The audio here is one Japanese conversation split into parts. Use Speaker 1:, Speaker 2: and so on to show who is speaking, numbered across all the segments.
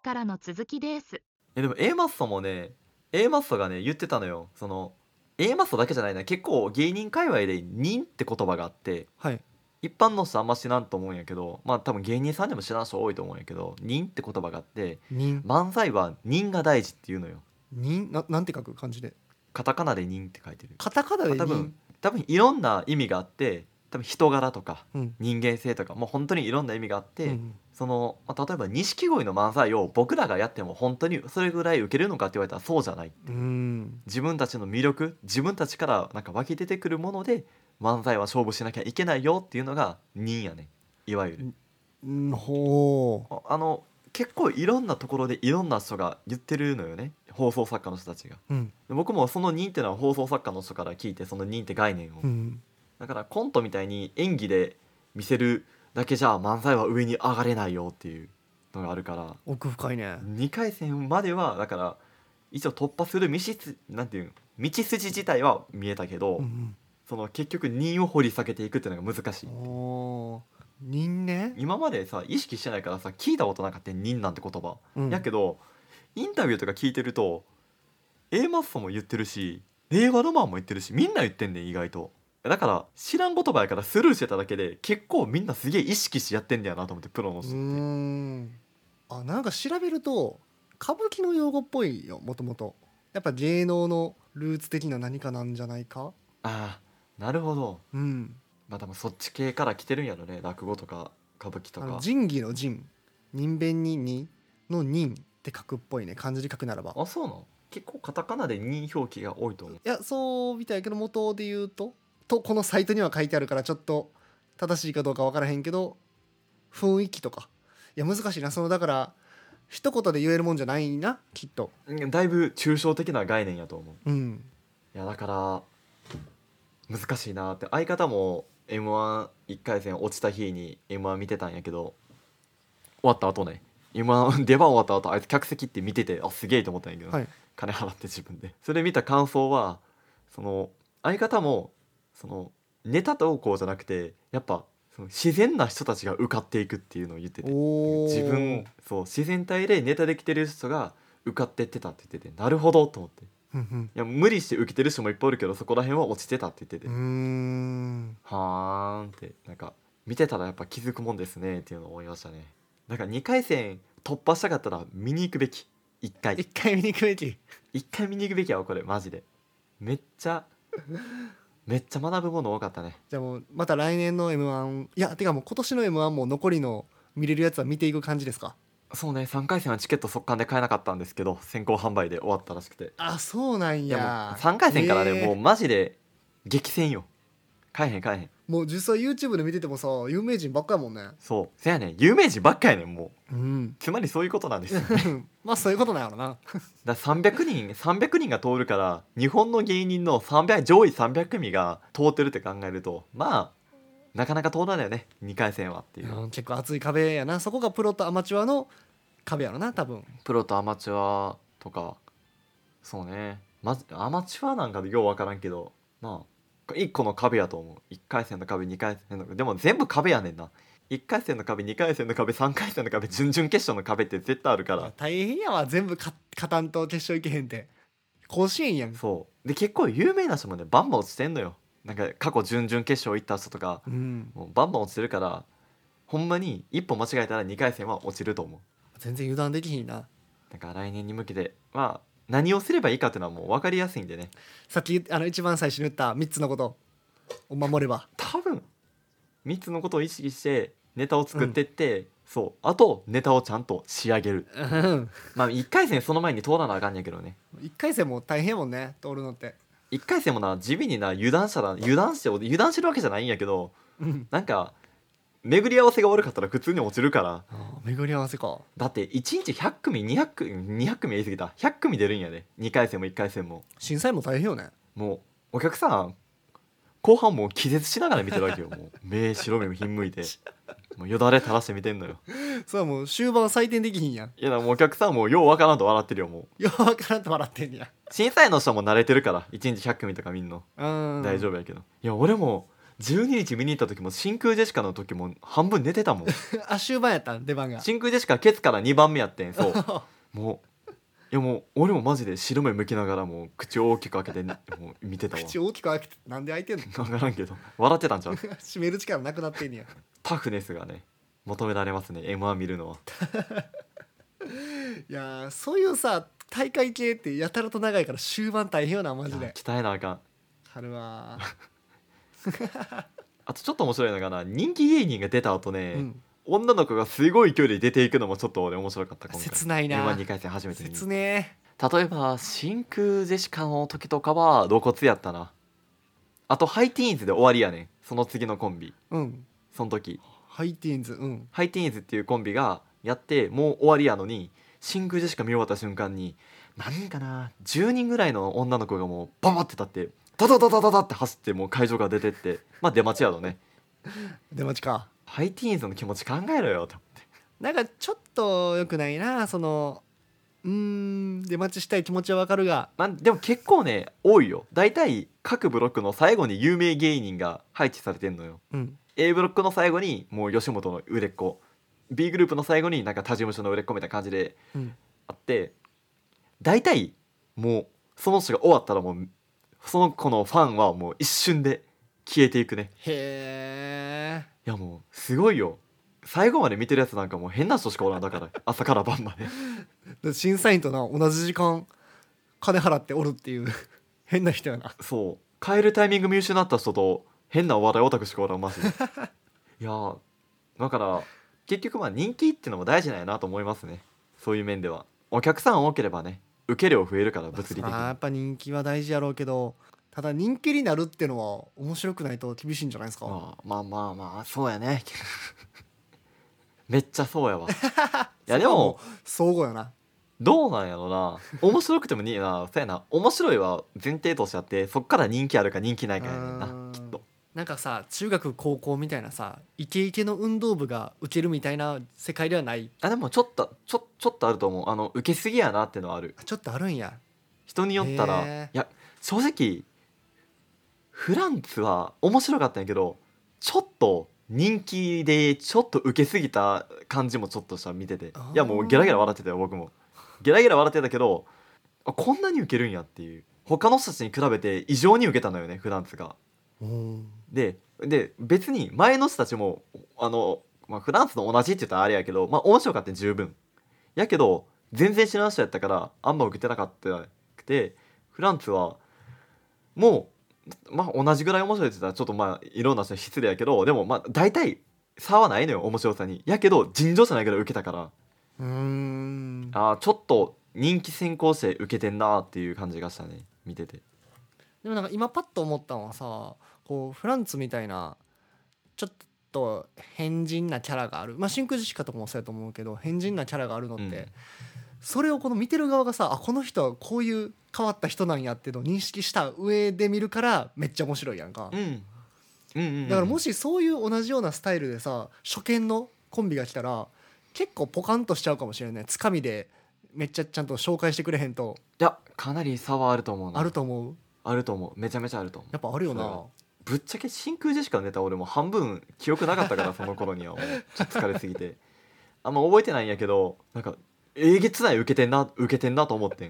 Speaker 1: からの続きです
Speaker 2: えでも A マッソもね A マッソがね言ってたのよその A マッソだけじゃないな結構芸人界隈で「人」って言葉があって
Speaker 3: はい
Speaker 2: 一般の人あんま知らんと思うんやけどまあ多分芸人さんでも知らん人多いと思うんやけど「人」って言葉があって
Speaker 3: 人
Speaker 2: 漫才は「人」が大事っていうのよ
Speaker 3: 人ななんて書く漢字で
Speaker 2: カタカナで「人」って書いてる
Speaker 3: カタカナで
Speaker 2: 多
Speaker 3: 人
Speaker 2: 分多分いろんな意味があって多分人柄とか
Speaker 3: うん
Speaker 2: 人間性とかもう本当にいろんな意味があって、
Speaker 3: うん
Speaker 2: その、まあ、例えば錦鯉の漫才を僕らがやっても本当にそれぐらい受けるのかって言われたらそうじゃない
Speaker 3: うん
Speaker 2: 自分たちの魅力自分たちからなんか湧き出てくるもので漫才は勝負しなきゃいけないよっていうのが人やねいわゆる
Speaker 3: うんほ
Speaker 2: ああの結構いろんなところでいろんな人が言ってるのよね放送作家の人たちが
Speaker 3: ううん
Speaker 2: で僕もその人っていうのは放送作家の人から聞いてその人って概念を、
Speaker 3: うん
Speaker 2: だからコントみたいに演技で見せるだけじゃ漫才は上に上がれないよっていうのがあるから
Speaker 3: 奥深いね
Speaker 2: 2回戦まではだから一応突破する道すなんていうの道筋自体は見えたけど、
Speaker 3: うん
Speaker 2: その結局人を掘り下げていくっていうのが難し
Speaker 3: う
Speaker 2: い
Speaker 3: んおー人ね
Speaker 2: 今までさ意識してないからさ聞いたことなかったよ人なんて言葉、
Speaker 3: うん
Speaker 2: やけどインタビューとか聞いてると A マッソも言ってるし令和ロマンも言ってるしみんな言ってんねん意外とだから知らん言葉やからスルーしてただけで結構みんなすげえ意識してやってんだよなと思ってプロの
Speaker 3: う
Speaker 2: 人って、
Speaker 3: ーんあなんか調べると歌舞伎の用語っぽいよもともとやっぱ芸能のルーツ的な何かなんじゃないか
Speaker 2: ああなるほど
Speaker 3: うん
Speaker 2: まあ多分そっち系から来てるんやろね落語とか歌舞伎と
Speaker 3: あの
Speaker 2: か
Speaker 3: 仁義の仁人弁に仁の仁って書くっぽいね漢字で書くならば
Speaker 2: あそうなの結構カタカナで人表記が多いと思う
Speaker 3: いやそうみたいやけど元で言うととこのサイトには書いてあるからちょっと正しいかどうか分からへんけど雰囲気とかいや難しいなそのだから一言で言えるもんじゃないなきっと
Speaker 2: うんだいぶ抽象的な概念やと思う
Speaker 3: うん
Speaker 2: いやだから難しいなって相方も m 1 1回戦落ちた日に m 1見てたんやけど終わった後ね m 1 出番終わった後あいつ客席って見ててあすげえと思ったんやけど、
Speaker 3: はい
Speaker 2: 金払って自分でそれ見た感想はその相方もそのネタ投稿じゃなくてやっぱその自然な人たちが受かっていくっていうのを言ってて
Speaker 3: おー
Speaker 2: 自分そう自然体でネタできてる人が受かってってたって言っててなるほどと思って。
Speaker 3: うん
Speaker 2: いや無理して受けてる人もいっぱいいるけどそこら辺は落ちてたって言ってて、
Speaker 3: うんうーん
Speaker 2: はーんってなんか見てたらやっぱ気づくもんですねっていうのを思いましたねなんか2回戦突破したかったら見に行くべき1回
Speaker 3: 一回見に行くべき
Speaker 2: 1回見に行くべきやわこれマジでめっち ゃめっちゃ学ぶもの多かったね
Speaker 3: じゃあもうまた来年の m 1いやてかもう今年の m 1も残りの見れるやつは見ていく感じですか
Speaker 2: そうね3回戦はチケット速乾で買えなかったんですけど先行販売で終わったらしくて
Speaker 3: あそうなん
Speaker 2: いやもう
Speaker 3: や
Speaker 2: 3回戦からね、
Speaker 3: えー
Speaker 2: もうマジで激戦よ買えへん買えへん
Speaker 3: もう実際 YouTube で見ててもさ有名人ばっかやもんね
Speaker 2: そうせやねん有名人ばっかやねんもう
Speaker 3: うん
Speaker 2: つまりそういうことなんですよ
Speaker 3: まあそういうことなんやろ
Speaker 2: だ
Speaker 3: な
Speaker 2: から300人300人が通るから日本の芸人の300上位300組が通ってるって考えるとまあなかなか通らないよね2回戦はっていう、
Speaker 3: うん結構熱い壁やなそこがプロとアマチュアの壁やろな多分
Speaker 2: プロとアマチュアとかそうねまずアマチュアなんかでよう分からんけどまあ1個の壁やと思う1回戦の壁2回戦の壁でも全部壁やねんな1回戦の壁2回戦の壁3回戦の壁準々決勝の壁って絶対あるから
Speaker 3: 大変やわ全部勝勝たんと決勝いけへんて甲子園やん
Speaker 2: そうで結構有名な人もねバンバン落ちてんのよなんか過去準々決勝行った人とか
Speaker 3: うん
Speaker 2: もうバンバン落ちてるからほんまに一歩間違えたら2回戦は落ちると思う
Speaker 3: 全然油断できひんな
Speaker 2: だから来年に向けてまあ何をすればいいかっていうのはもう分かりやすいんでね
Speaker 3: さっきあの一番最初に言った3つのことを守れば
Speaker 2: 多分3つのことを意識してネタを作ってって、そうあとネタをちゃんと仕上げる
Speaker 3: うん
Speaker 2: まあ1回戦その前に通らなあかんねんけどね
Speaker 3: 1回戦も大変やもんね通るのって
Speaker 2: 1回戦もな地味にな油断したら油断して油断してるわけじゃないんやけど
Speaker 3: うん
Speaker 2: なんか巡り合わせが悪かったら普通に落ちるから
Speaker 3: あー巡り合わせか
Speaker 2: だって1日100組200組200組言い過ぎた100組出るんやで、2回戦も1回戦も
Speaker 3: 審査員も大変よね
Speaker 2: もうお客さん後半もう気絶しながら見てるわけ よもう目白目もひんむいてもうよだれ垂らして見てんのよ
Speaker 3: それはもう終盤採点できひんやん
Speaker 2: いやだからもうお客さんもうようわからんと笑ってるよもう
Speaker 3: ようわからんと笑ってんや
Speaker 2: 審査員の人も慣れてるから1日100組とかみんな
Speaker 3: うん
Speaker 2: 大丈
Speaker 3: 夫
Speaker 2: 夫やけど、いや俺も12日見に行った時も真空ジェシカの時も半分寝てた もん
Speaker 3: あ終盤やったん出番が
Speaker 2: 真空ジェシカケツから2番目やってん そうもういやもう俺もマジで白目向きながらもう口を大きく開けてねもう見てたわ
Speaker 3: 口大きく開けてなんで開いてんの
Speaker 2: 分からんけど笑ってたんちゃう
Speaker 3: 閉める力なくなってんねや
Speaker 2: タフネスがね求められますね m 1見るのはい
Speaker 3: やーそういうさ大会系ってやたらと長いから終盤大変よなマジ
Speaker 2: いや
Speaker 3: で
Speaker 2: 鍛えなあかん
Speaker 3: あ るわ
Speaker 2: あとちょっと面白いのがな人気芸人が出た後
Speaker 3: ー、
Speaker 2: ね、
Speaker 3: うん、
Speaker 2: 女の子がすごい距離で出ていくのもちょっと俺面白かった今回
Speaker 3: 切ないな
Speaker 2: m 1 2回戦初めて見に
Speaker 3: 説明
Speaker 2: 例えば真空ジェシカの時とかは露骨やったなあとハイティーンズで終わりやねんその次のコンビ
Speaker 3: うん
Speaker 2: その時
Speaker 3: ハイティーンズうん
Speaker 2: ハイティーンズっていうコンビがやってもう終わりやのに真空ジェシカ見終わった瞬間に何人かな10人ぐらいの女の子がもうババって立ってダダダダダダって走ってもう会場から出てってまあ出待ちやろね
Speaker 3: 出待ちか
Speaker 2: ハイティーンズの気持ち考えろよって
Speaker 3: なんかちょっと良くないなそのうーん出待ちしたい気持ちはわかるが
Speaker 2: まあ、でも結構ね多いよ大体各ブロックの最後に有名芸人が配置されてんのよ
Speaker 3: うん
Speaker 2: A ブロックの最後にもう吉本の売れっ子 B グループの最後になんか他事務所の売れっ子みたいな感じで
Speaker 3: うん
Speaker 2: あって大体もうその人が終わったらもうその子のファンはもう一瞬で消えていくね
Speaker 3: へえ
Speaker 2: いやもうすごいよ最後まで見てるやつなんかもう変な人しかおらんだから朝から晩まで
Speaker 3: 審査員とな同じ時間金払っておるっていう 変な人やな
Speaker 2: そう帰るタイミング見失った人と変なお笑いオタクしかおらんマジでいやーだから結局まあ人気っていうのも大事なんやなと思いますねそういう面ではお客さん多ければね受け量増えるから物理的に、
Speaker 3: まあやっぱ人気は大事やろうけどただ人気になるっていうのは面白くないと厳しいんじゃないですか、
Speaker 2: まあまあまあまあそうやね めっちゃそう やわいやでも
Speaker 3: 相互やな
Speaker 2: どうなんやろな面白くてもいいなそうやな面白いは前提としてあってそっから人気あるか人気ないかやねん
Speaker 3: う
Speaker 2: な
Speaker 3: ーん
Speaker 2: きっと
Speaker 3: なんかさ中学高校みたいなさイケイケの運動部が受けるみたいな世界ではない
Speaker 2: あでもちょっとちょちょっとあると思うあの受けすぎやなってのはある
Speaker 3: あちょっとあるんや
Speaker 2: 人によったらい
Speaker 3: へ
Speaker 2: や正直フランツは面白かったんやけどちょっと人気でちょっと受けすぎた感じもちょっとした見ててい
Speaker 3: あー
Speaker 2: やもうゲラゲラ笑ってたよ僕もゲラゲラ笑ってたけどあこんなに受けるんやっていう他の人たちに比べて異常に受けたのよねフランツが
Speaker 3: うん
Speaker 2: でで別に前の人たちもあの、まあ、フランスの同じって言ったらあれやけどまあ面白かったよ十分やけど全然知らん人やったからあんま受けてなかったくてフランスはもうまあ同じぐらい面白いって言ったらちょっとまあいろんな人に失礼やけどでもまあ大体差はないのよ面白さにやけど尋常じゃないけど受けたから
Speaker 3: うーん
Speaker 2: あーちょっと人気先行して受けてんなーっていう感じがしたね見てて
Speaker 3: でもなんか今パッと思ったのはさこうフランツみたいなちょっと変人なキャラがあるまあ真空ジェシカとかもそうやと思うけど変人なキャラがあるのって、
Speaker 2: うん
Speaker 3: それをこの見てる側がさあこの人はこういう変わった人なんやっていうのを認識した上で見るからめっちゃ面白いやんか、
Speaker 2: うんうんうんうん
Speaker 3: だからもしそういう同じようなスタイルでさ初見のコンビが来たら結構ポカンとしちゃうかもしれないつかみでめっちゃちゃんと紹介してくれへんと
Speaker 2: いやかなり差はあると思うな
Speaker 3: あると思う
Speaker 2: あると思うめちゃめちゃあると思う
Speaker 3: やっぱあるよ
Speaker 2: そう
Speaker 3: な
Speaker 2: ぶっちゃけ真空ジェシカのネタ俺もう半分記憶なかったからその頃にはもうちょっと疲れすぎてあんま覚えてないんやけどなんかえげつない受けてんな受けてんなと思ってん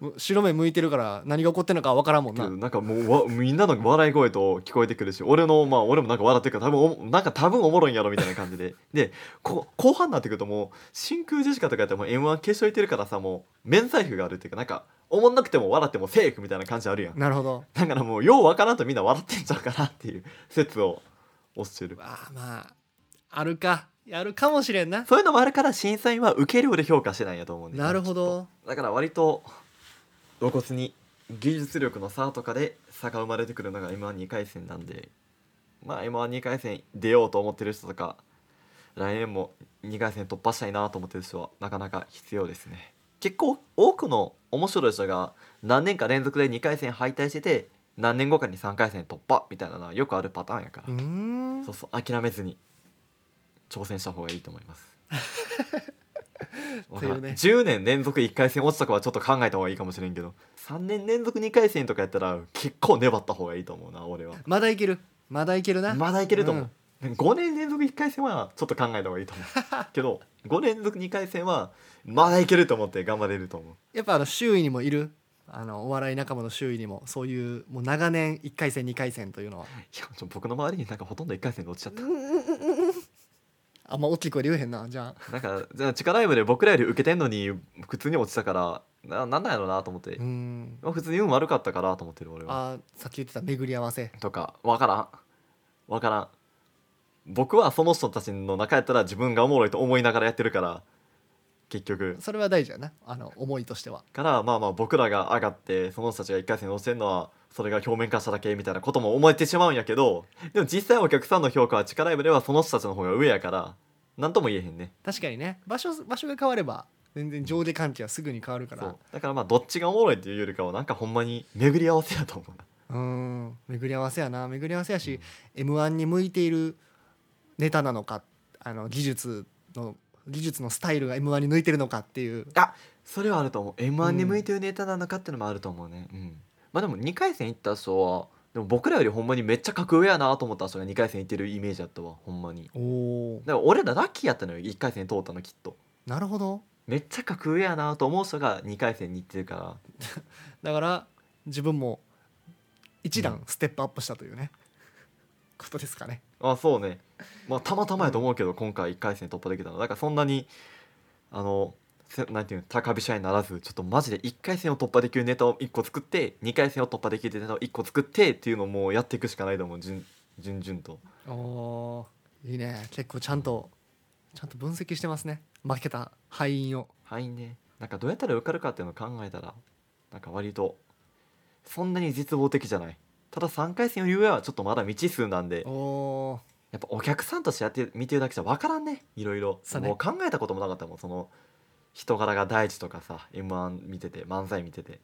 Speaker 3: もう白目向いてるから何が起こってんのかわからんもん
Speaker 2: け
Speaker 3: な
Speaker 2: どなんかもうわみんなの笑い声と聞こえてくるし俺のまあ俺もなんか笑ってるから多分おなんか多分おもろいんやろみたいな感じででこ後半になってくるともう真空ジェシカとかやったらもう m 1決勝行ってるからさもう免罪符があるっていうかなんかおもんなくても笑ってもセーフみたいな感じあるやん
Speaker 3: なるほど
Speaker 2: だからもうようわからんとみんな笑ってんちゃうかなっていう説を推してる
Speaker 3: あーまああるかやるかもしれんな
Speaker 2: そういうのもあるから審査員は受け量で評価してないんやと思うね
Speaker 3: なるほど
Speaker 2: だから割と露骨に技術力の差とかで差が生まれてくるのが m 1 2回戦なんでまあ m 1 2回戦出ようと思ってる人とか来年も2回戦突破したいなと思ってる人はなかなか必要ですね結構多くの面白い人が何年か連続で2回戦敗退してて何年後かに3回戦突破みたいなのはよくあるパターンやから
Speaker 3: うーん
Speaker 2: そうそう諦めずに挑戦した方がいいと思います。 わからん
Speaker 3: というね
Speaker 2: 10年連続1回戦落ちた子はちょっと考えた方がいいかもしれんけど3年連続2回戦とかやったら結構粘った方がいいと思うな俺は
Speaker 3: まだいけるまだいけるな、
Speaker 2: まだいけると思う、5年連続1回戦はちょっと考えた方がいいと思うけ ど5連続2回戦はまだいけると思って頑張れると思う
Speaker 3: やっぱあの周囲にもいるあのお笑い仲間の周囲にもそういうもう長年1回戦2回戦というのはい
Speaker 2: やちょ僕の周りになんかほとんど1回戦で落ちちゃ った
Speaker 3: あんま大きい声で言えへんなじゃあ
Speaker 2: なんかじゃあ地下ライブで僕らより受けてんのに普通に落ちたからななんなんやろうなと思って
Speaker 3: う、ん
Speaker 2: まあ普通に運悪かったからと思ってる俺は
Speaker 3: あーさっき言ってた巡り合わせ
Speaker 2: とかわからんわからん僕はその人たちの中やったら自分がおもろいと思いながらやってるから結局
Speaker 3: それは大事やなあの思いとしては
Speaker 2: からまあまあ僕らが上がってその人たちが1回戦に落ちてるのはそれが表面化しただけみたいなことも思えてしまうんやけどでも実際お客さんの評価は力ライブではその人たちの方が上やから何とも言えへんね
Speaker 3: 確かにね場所場所が変われば全然上下関係はすぐに変わるか
Speaker 2: そ
Speaker 3: ら
Speaker 2: うだからまあどっちがおもろいっていうよりかはなんかほんまに巡り合わせやと思うな
Speaker 3: うん巡り合わせやな巡り合わせや
Speaker 2: う
Speaker 3: し
Speaker 2: ん、
Speaker 3: m 1に向いているネタなのかあの技術の技術のスタイルが m 1に抜いてるのかっていう
Speaker 2: それはあると思う m 1に向いてるネタなのかっていうのもあると思うね、うんまあでも2回戦行った人はでも僕らよりほんまにめっちゃ格上やなと思った人が2回戦行ってるイメージだったわほんまにだか
Speaker 3: おお
Speaker 2: ら俺らラッキーやったのよ1回戦通ったのきっと
Speaker 3: なるほど
Speaker 2: めっちゃ格上やなと思う人が2回戦に行ってるから
Speaker 3: だから自分も一段ステップアップしたというね、ことですかね
Speaker 2: あそうねまあたまたまやと思うけど、今回1回戦突破できたのだからそんなにあのせなんていうの高飛車にならずちょっとマジで1回戦を突破できるネタを1個作って2回戦を突破できるネタを1個作ってっていうのをもうやっていくしかないと思う順順々と
Speaker 3: おいいね結構ちゃんとちゃんと分析してますね負けた敗因を
Speaker 2: はいねなんかどうやったら受かるかっていうのを考えたらなんか割とそんなに実望的じゃないただ3回戦より上はちょっとまだ未知数なんで
Speaker 3: おお
Speaker 2: やっぱお客さんとしてやって見てるだけじゃ分からんねいろいろ
Speaker 3: そうね
Speaker 2: もう考えたこともなかったもんその人柄が第一とかさ m 1見てて漫才見てて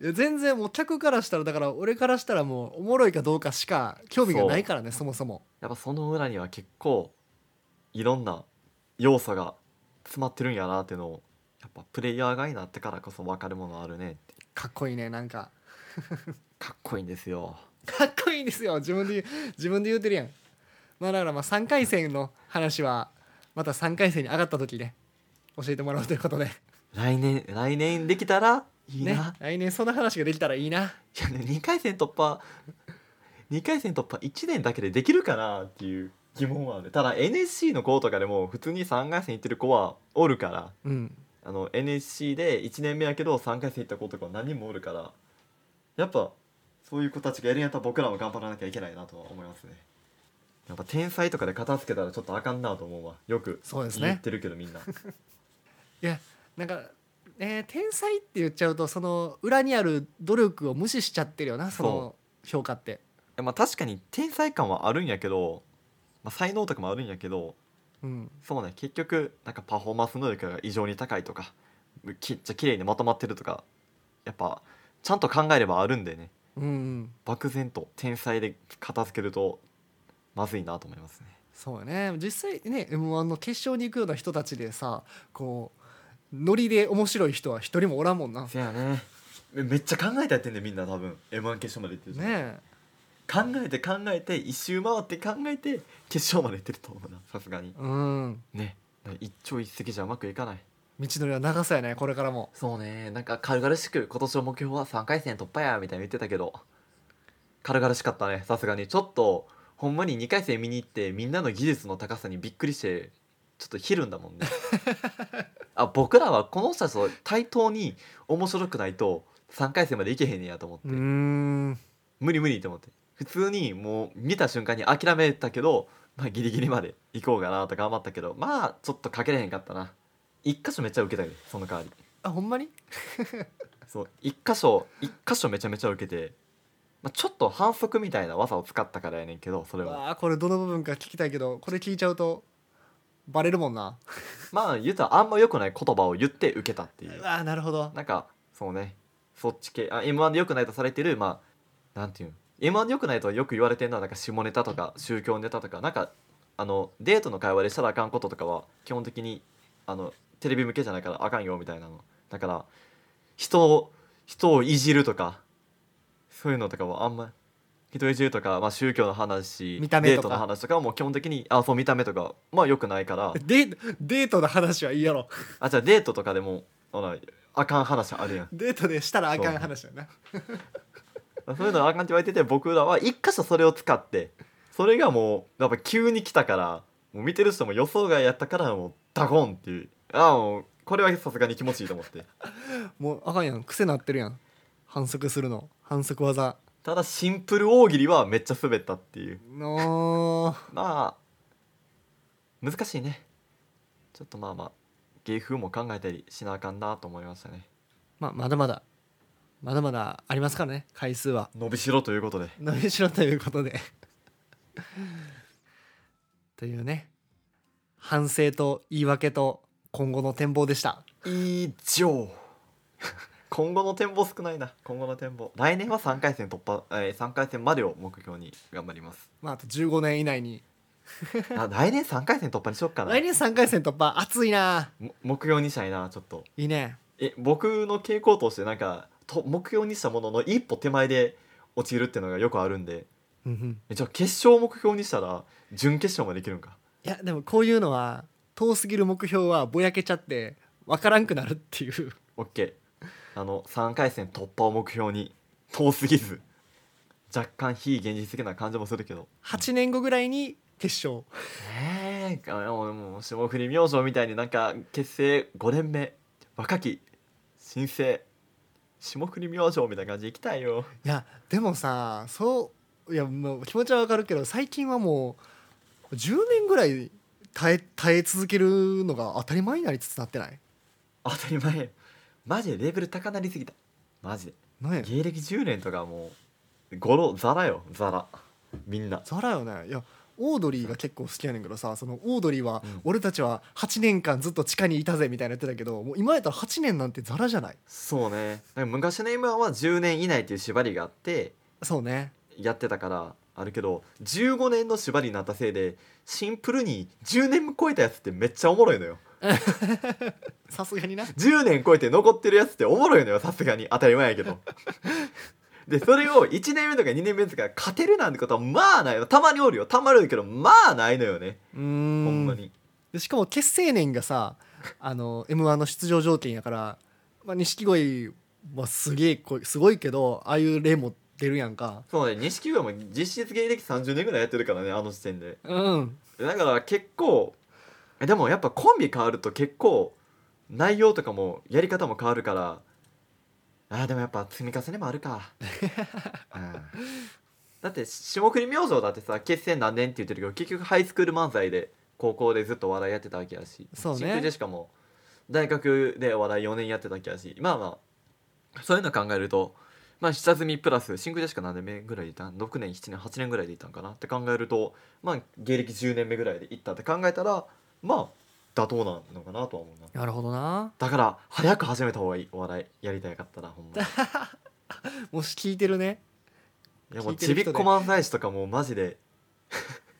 Speaker 3: いや全然もう客からしたらだから俺からしたらもうおもろいかどうかしか興味がないからねそもそも
Speaker 2: やっぱその裏には結構いろんな要素が詰まってるんやなっていうのをやっぱプレイヤーがになってからこそ分かるものあるねって
Speaker 3: かっこいいねなんか
Speaker 2: かっこいいんですよ
Speaker 3: かっこいいんですよ自分で言う自分で言うてるやんまあだからまあ3回戦の話はまた3回戦に上がった時ね教えてもらうということで
Speaker 2: 来年来年できたらいいな、
Speaker 3: ね来年そんな話ができたらいいない
Speaker 2: やね2回戦突破2回戦突破1年だけでできるかなっていう疑問はあるただ NSC の子とかでも普通に3回戦行ってる子はおるから
Speaker 3: うん
Speaker 2: あの NSC で1年目やけど3回戦行った子とかは何人もおるからやっぱそういう子たちがやるんやったら僕らも頑張らなきゃいけないなとは思いますねやっぱ天才とかで片付けたらちょっとあかんなと思うわよく
Speaker 3: そうですね
Speaker 2: 言ってるけどみんな
Speaker 3: いやなんかえー天才って言っちゃうとその裏にある努力を無視しちゃってるよなその評価って
Speaker 2: まあ確かに天才感はあるんやけど、まあ、才能とかもあるんやけど
Speaker 3: うん
Speaker 2: そうね結局なんかパフォーマンス能力が異常に高いとかきっちゃ綺麗にまとまってるとかやっぱちゃんと考えればあるんでね
Speaker 3: うんうん
Speaker 2: 漠然と天才で片付けるとまずいなと思いますね
Speaker 3: そうよね実際ね m 1の決勝に行くような人たちでさこうノリで面白い人は一人もおらんもんなね
Speaker 2: せやねめめっちゃ考えてやってんねみんな多分 m 1決勝まで行ってる人
Speaker 3: え
Speaker 2: 考えて考えて一周回って考えて決勝まで行ってると思うなさすがに
Speaker 3: うん
Speaker 2: ね一朝一夕じゃうまくいかない
Speaker 3: 道のりは長さやねこれからも
Speaker 2: そうねなんか軽々しく今年の目標は3回戦突破やみたいに言ってたけど軽々しかったねさすがにちょっとほんまに2回戦見に行ってみんなの技術の高さにびっくりしてちょっとひるんだもんねあ僕らはこの人たちと対等に面白くないと3回戦までいけへんねやと思って、
Speaker 3: ん
Speaker 2: 無理無理と思って普通にもう見た瞬間に諦めたけど、まあ、ギリギリまで行こうかなと頑張ったけどまあちょっとかけれへんかったな1箇所めっちゃ受けたよねその代わり
Speaker 3: あほんまに
Speaker 2: そう一箇所一箇所めちゃめちゃ受けて、まあ、ちょっと反則みたいな技を使ったからやねんけどそれは
Speaker 3: わあこれどの部分か聞きたいけどこれ聞いちゃうとバレるもんな
Speaker 2: まあ言うたらあんま良くない言葉を言って受けたっていう
Speaker 3: あなるほど
Speaker 2: なんかそうねそっち系あ m 1で良くないとされてるまあなんていうん m 1で良くないとよく言われてるのはなんか下ネタとか宗教ネタとかなんかあのデートの会話でしたらあかんこととかは基本的にあのテレビ向けじゃないからあかんよみたいなのだから人を人をいじるとかそういうのとかはあんま人移住とか、まあ、宗教の話
Speaker 3: 見た目
Speaker 2: デー
Speaker 3: とか
Speaker 2: トの話とかはもう基本的にあそう見た目とかまあよくない から
Speaker 3: デデートの話はいいやろ
Speaker 2: あじゃあデートとかでもほらあかん話あるやん
Speaker 3: デートでしたらあかん話やな
Speaker 2: そういうのあかんって言われてて僕らは一箇所それを使ってそれがもうやっぱ急に来たからもう見てる人も予想外やったからもうダゴンっていうああもうこれはさすがに気持ちいいと思って
Speaker 3: もうあかんやん癖なってるやん反則するの反則技
Speaker 2: ただシンプル大喜利はめっちゃ滑ったっていう
Speaker 3: の
Speaker 2: まあ難しいねちょっとまあまあ芸風も考えたりしなあかんなと思いましたね
Speaker 3: まあまだまだまだまだありますからね回数は
Speaker 2: 伸びしろということで
Speaker 3: 伸びしろということで というね反省と言い訳と今後の展望でした
Speaker 2: 以上今後の展望少ないな今後の展望来年は3回戦突破、えー、3回戦までを目標に頑張ります
Speaker 3: まああと15年以内に
Speaker 2: あ来年3回戦突破にしよっかな
Speaker 3: 来年3回戦突破熱いな
Speaker 2: も目標にしたいなちょっと
Speaker 3: いいね
Speaker 2: え僕の傾向としてなんかと目標にしたものの一歩手前で落ちるっていうのがよくあるんで
Speaker 3: うんうん
Speaker 2: えじゃあ決勝を目標にしたら準決勝までいけるんか
Speaker 3: いやでもこういうのは遠すぎる目標はぼやけちゃって分からんくなるっていう
Speaker 2: オッケーあの3回戦突破を目標に遠すぎず若干非現実的な感じもするけど
Speaker 3: 8年後ぐらいに決勝
Speaker 2: ねえあもうもう霜降り明星みたいになんか結成5年目若き新生霜降り明星みたいな感じでいきたいよ
Speaker 3: いやでもさそういやもう気持ちはわかるけど最近はもう10年ぐらい耐え耐え続けるのが当たり前になりつつなってない
Speaker 2: 当たり前マジでレベル高なりすぎたマジで
Speaker 3: ねえ
Speaker 2: 芸歴10年とかもうゴロザラよザラみんな
Speaker 3: ザラよねいやオードリーが結構好きやねんけどさそのオードリーは
Speaker 2: うん
Speaker 3: 俺たちは8年間ずっと地下にいたぜみたいなやってたけどもう今やったら8年なんてザラじゃない
Speaker 2: そうねなんか昔の m 1は10年以内っていう縛りがあって
Speaker 3: そうね
Speaker 2: やってたからあるけど15年の縛りになったせいでシンプルに10年超えたやつってめっちゃおもろいのよ
Speaker 3: さすがにな
Speaker 2: 10年超えて残ってるやつっておもろいのよさすがに当たり前やけ どでそれを1年目とか2年目とか勝てるなんてことはまあないのたまにおるよたまにおるけどまあないのよね
Speaker 3: うー
Speaker 2: ほ
Speaker 3: ん
Speaker 2: んまに
Speaker 3: でしかも結成年がさあの m 1の出場条件やからまあ錦鯉はすげえこすごいけどああいう例も出るやんか
Speaker 2: そうね錦鯉も実質芸歴30年ぐらいやってるからねあの時点で
Speaker 3: うん
Speaker 2: だから結構えでもやっぱコンビ変わると結構内容とかもやり方も変わるからあーでもやっぱ積み重ねもある か、うんだって霜降り明星だってさ結成何年って言ってるけど結局ハイスクール漫才で高校でずっとお笑いやってたわけやし
Speaker 3: そうね
Speaker 2: 真空ジェシカも大学でお笑い4年やってたわけやしまあまあそういうの考えるとまあ下積みプラス真空ジェシカ何年目ぐらいでいたん6年7年8年ぐらいでいたんかなって考えるとまあ芸歴10年目ぐらいでいったって考えたらまあ妥当なのかなとは思うな
Speaker 3: なるほどな
Speaker 2: だから早く始めた方がいいお笑いやりたいかったらほんまに
Speaker 3: もし聞いてるね
Speaker 2: いやも
Speaker 3: 聞いうて
Speaker 2: ち
Speaker 3: る
Speaker 2: び
Speaker 3: 人
Speaker 2: っ
Speaker 3: で
Speaker 2: こ漫才師とかもうマジで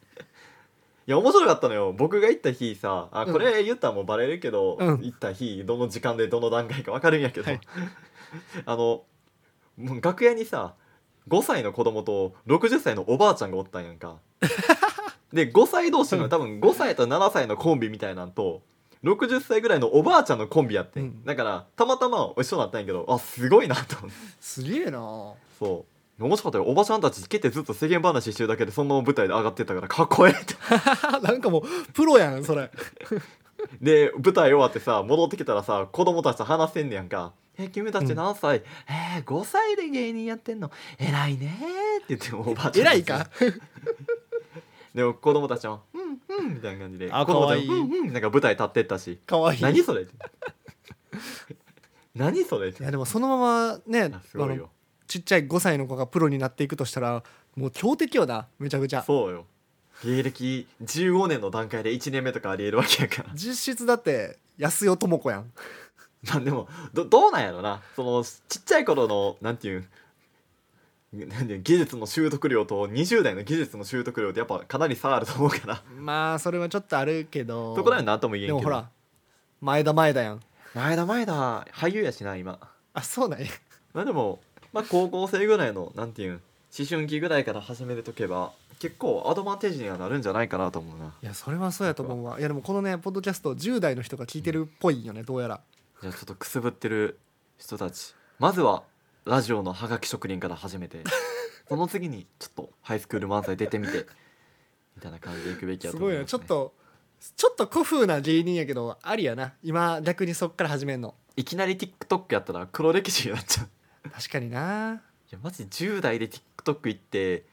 Speaker 2: いや面白かったのよ僕が行った日さあ
Speaker 3: うん
Speaker 2: これ言ったらもうバレるけど、
Speaker 3: うん
Speaker 2: 行った日どの時間でどの段階か分かるんやけど、
Speaker 3: はい
Speaker 2: あのもう楽屋にさ5歳の子供と60歳のおばあちゃんがおったんやん かで5歳同士
Speaker 3: う
Speaker 2: の
Speaker 3: ん
Speaker 2: 多分5歳と7歳のコンビみたいなんと60歳ぐらいのおばあちゃんのコンビやってん、
Speaker 3: うん
Speaker 2: だからたまたま一緒になったんやけどあすごいなと思って
Speaker 3: すげえな
Speaker 2: そう面白かったよおばちゃんたちけてずっと世間話してるだけでそのまま舞台で上がってったからかっこええって
Speaker 3: なんかもうプロやんそれ
Speaker 2: で舞台終わってさ戻ってきたらさ子供たちと話せんねやんか「え君たち何歳、えー、5歳で芸人やってんの偉いね」って言ってもおばあちゃんた
Speaker 3: 偉
Speaker 2: ち
Speaker 3: いか
Speaker 2: でも子供たちも「うんうん」みたいな感じで
Speaker 3: あ
Speaker 2: 子供
Speaker 3: かわ
Speaker 2: た
Speaker 3: い
Speaker 2: ち
Speaker 3: い
Speaker 2: もうんうん」なんか舞台立ってった し
Speaker 3: かわ
Speaker 2: 「
Speaker 3: いい
Speaker 2: 何
Speaker 3: い
Speaker 2: それ」って何それ」って
Speaker 3: やでもそのままね
Speaker 2: あす
Speaker 3: あ
Speaker 2: ごい
Speaker 3: の
Speaker 2: よ
Speaker 3: ちっちゃい5歳の子がプロになっていくとしたらもう強敵よなめちゃくちゃ
Speaker 2: そうよ芸歴15年の段階で1年目とかありえるわけやから
Speaker 3: 実質だって安代智子やん
Speaker 2: まあでもどどうなんやろなそのちっちゃい頃のなんていうんなんていうん技術の習得量と20代の技術の習得量ってやっぱかなり差あると思う から
Speaker 3: まあそれはちょっとあるけど
Speaker 2: そこらへん何とも言えん
Speaker 3: で
Speaker 2: けど
Speaker 3: もほら前田前田やん
Speaker 2: 前田前田俳優やしな今
Speaker 3: あそうなんや
Speaker 2: まあでも、まあ、高校生ぐらいのなんていうん思春期ぐらいから始めてとけば結構アドバンテージにはなるんじゃないかなと思うない
Speaker 3: やそれはそうやと思うわいやでもこのねポッドキャスト10代の人が聞いてるっぽいんよねどうやら
Speaker 2: じゃあちょっとくすぶってる人たちまずはラジオのハガキ職人から始めて その次にちょっとハイスクール漫才出てみてみたいな感じでいくべきや
Speaker 3: す
Speaker 2: と思
Speaker 3: ご
Speaker 2: い
Speaker 3: い
Speaker 2: ます、
Speaker 3: な
Speaker 2: ね、
Speaker 3: ちょっとちょっと古風な芸人やけどありやな今逆にそっから始めんの
Speaker 2: いきなり TikTok やったら黒歴史になっちゃう
Speaker 3: 確かにない
Speaker 2: やマジ10代で TikTok 行って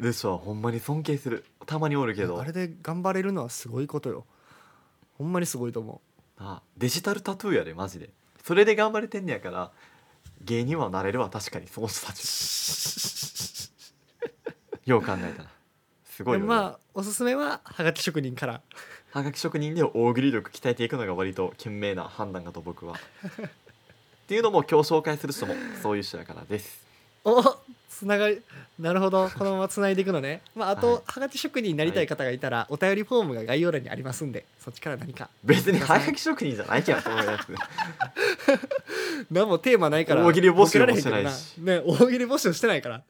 Speaker 2: る人はほんまに尊敬するたまにおるけど
Speaker 3: あれで頑張れるのはすごいことよほんまにすごいと思
Speaker 2: あデジタルタトゥーやでマジでそれで頑張れてんねやから芸人はなれるわ確かにその人たち よう考えたなす
Speaker 3: う
Speaker 2: ごい
Speaker 3: で
Speaker 2: よ、ね
Speaker 3: もまあおすすめははがき職人から
Speaker 2: はがき職人で大喜利力鍛えていくのが割と賢明な判断だと僕はっていうのも今日紹介する人もそういう人やからです
Speaker 3: おつながりなるほどこのままつないでいくのねまああと、
Speaker 2: はい
Speaker 3: はがき職人になりたい方がいたら、お便りフォームが概要欄にありますんでそっちから何か
Speaker 2: 別にはがき職人じゃないけどそのやつ
Speaker 3: 何もテーマないから
Speaker 2: 大喜利募集も
Speaker 3: ボケられへんけ
Speaker 2: し
Speaker 3: ど
Speaker 2: てないし
Speaker 3: ね大喜利募集してないから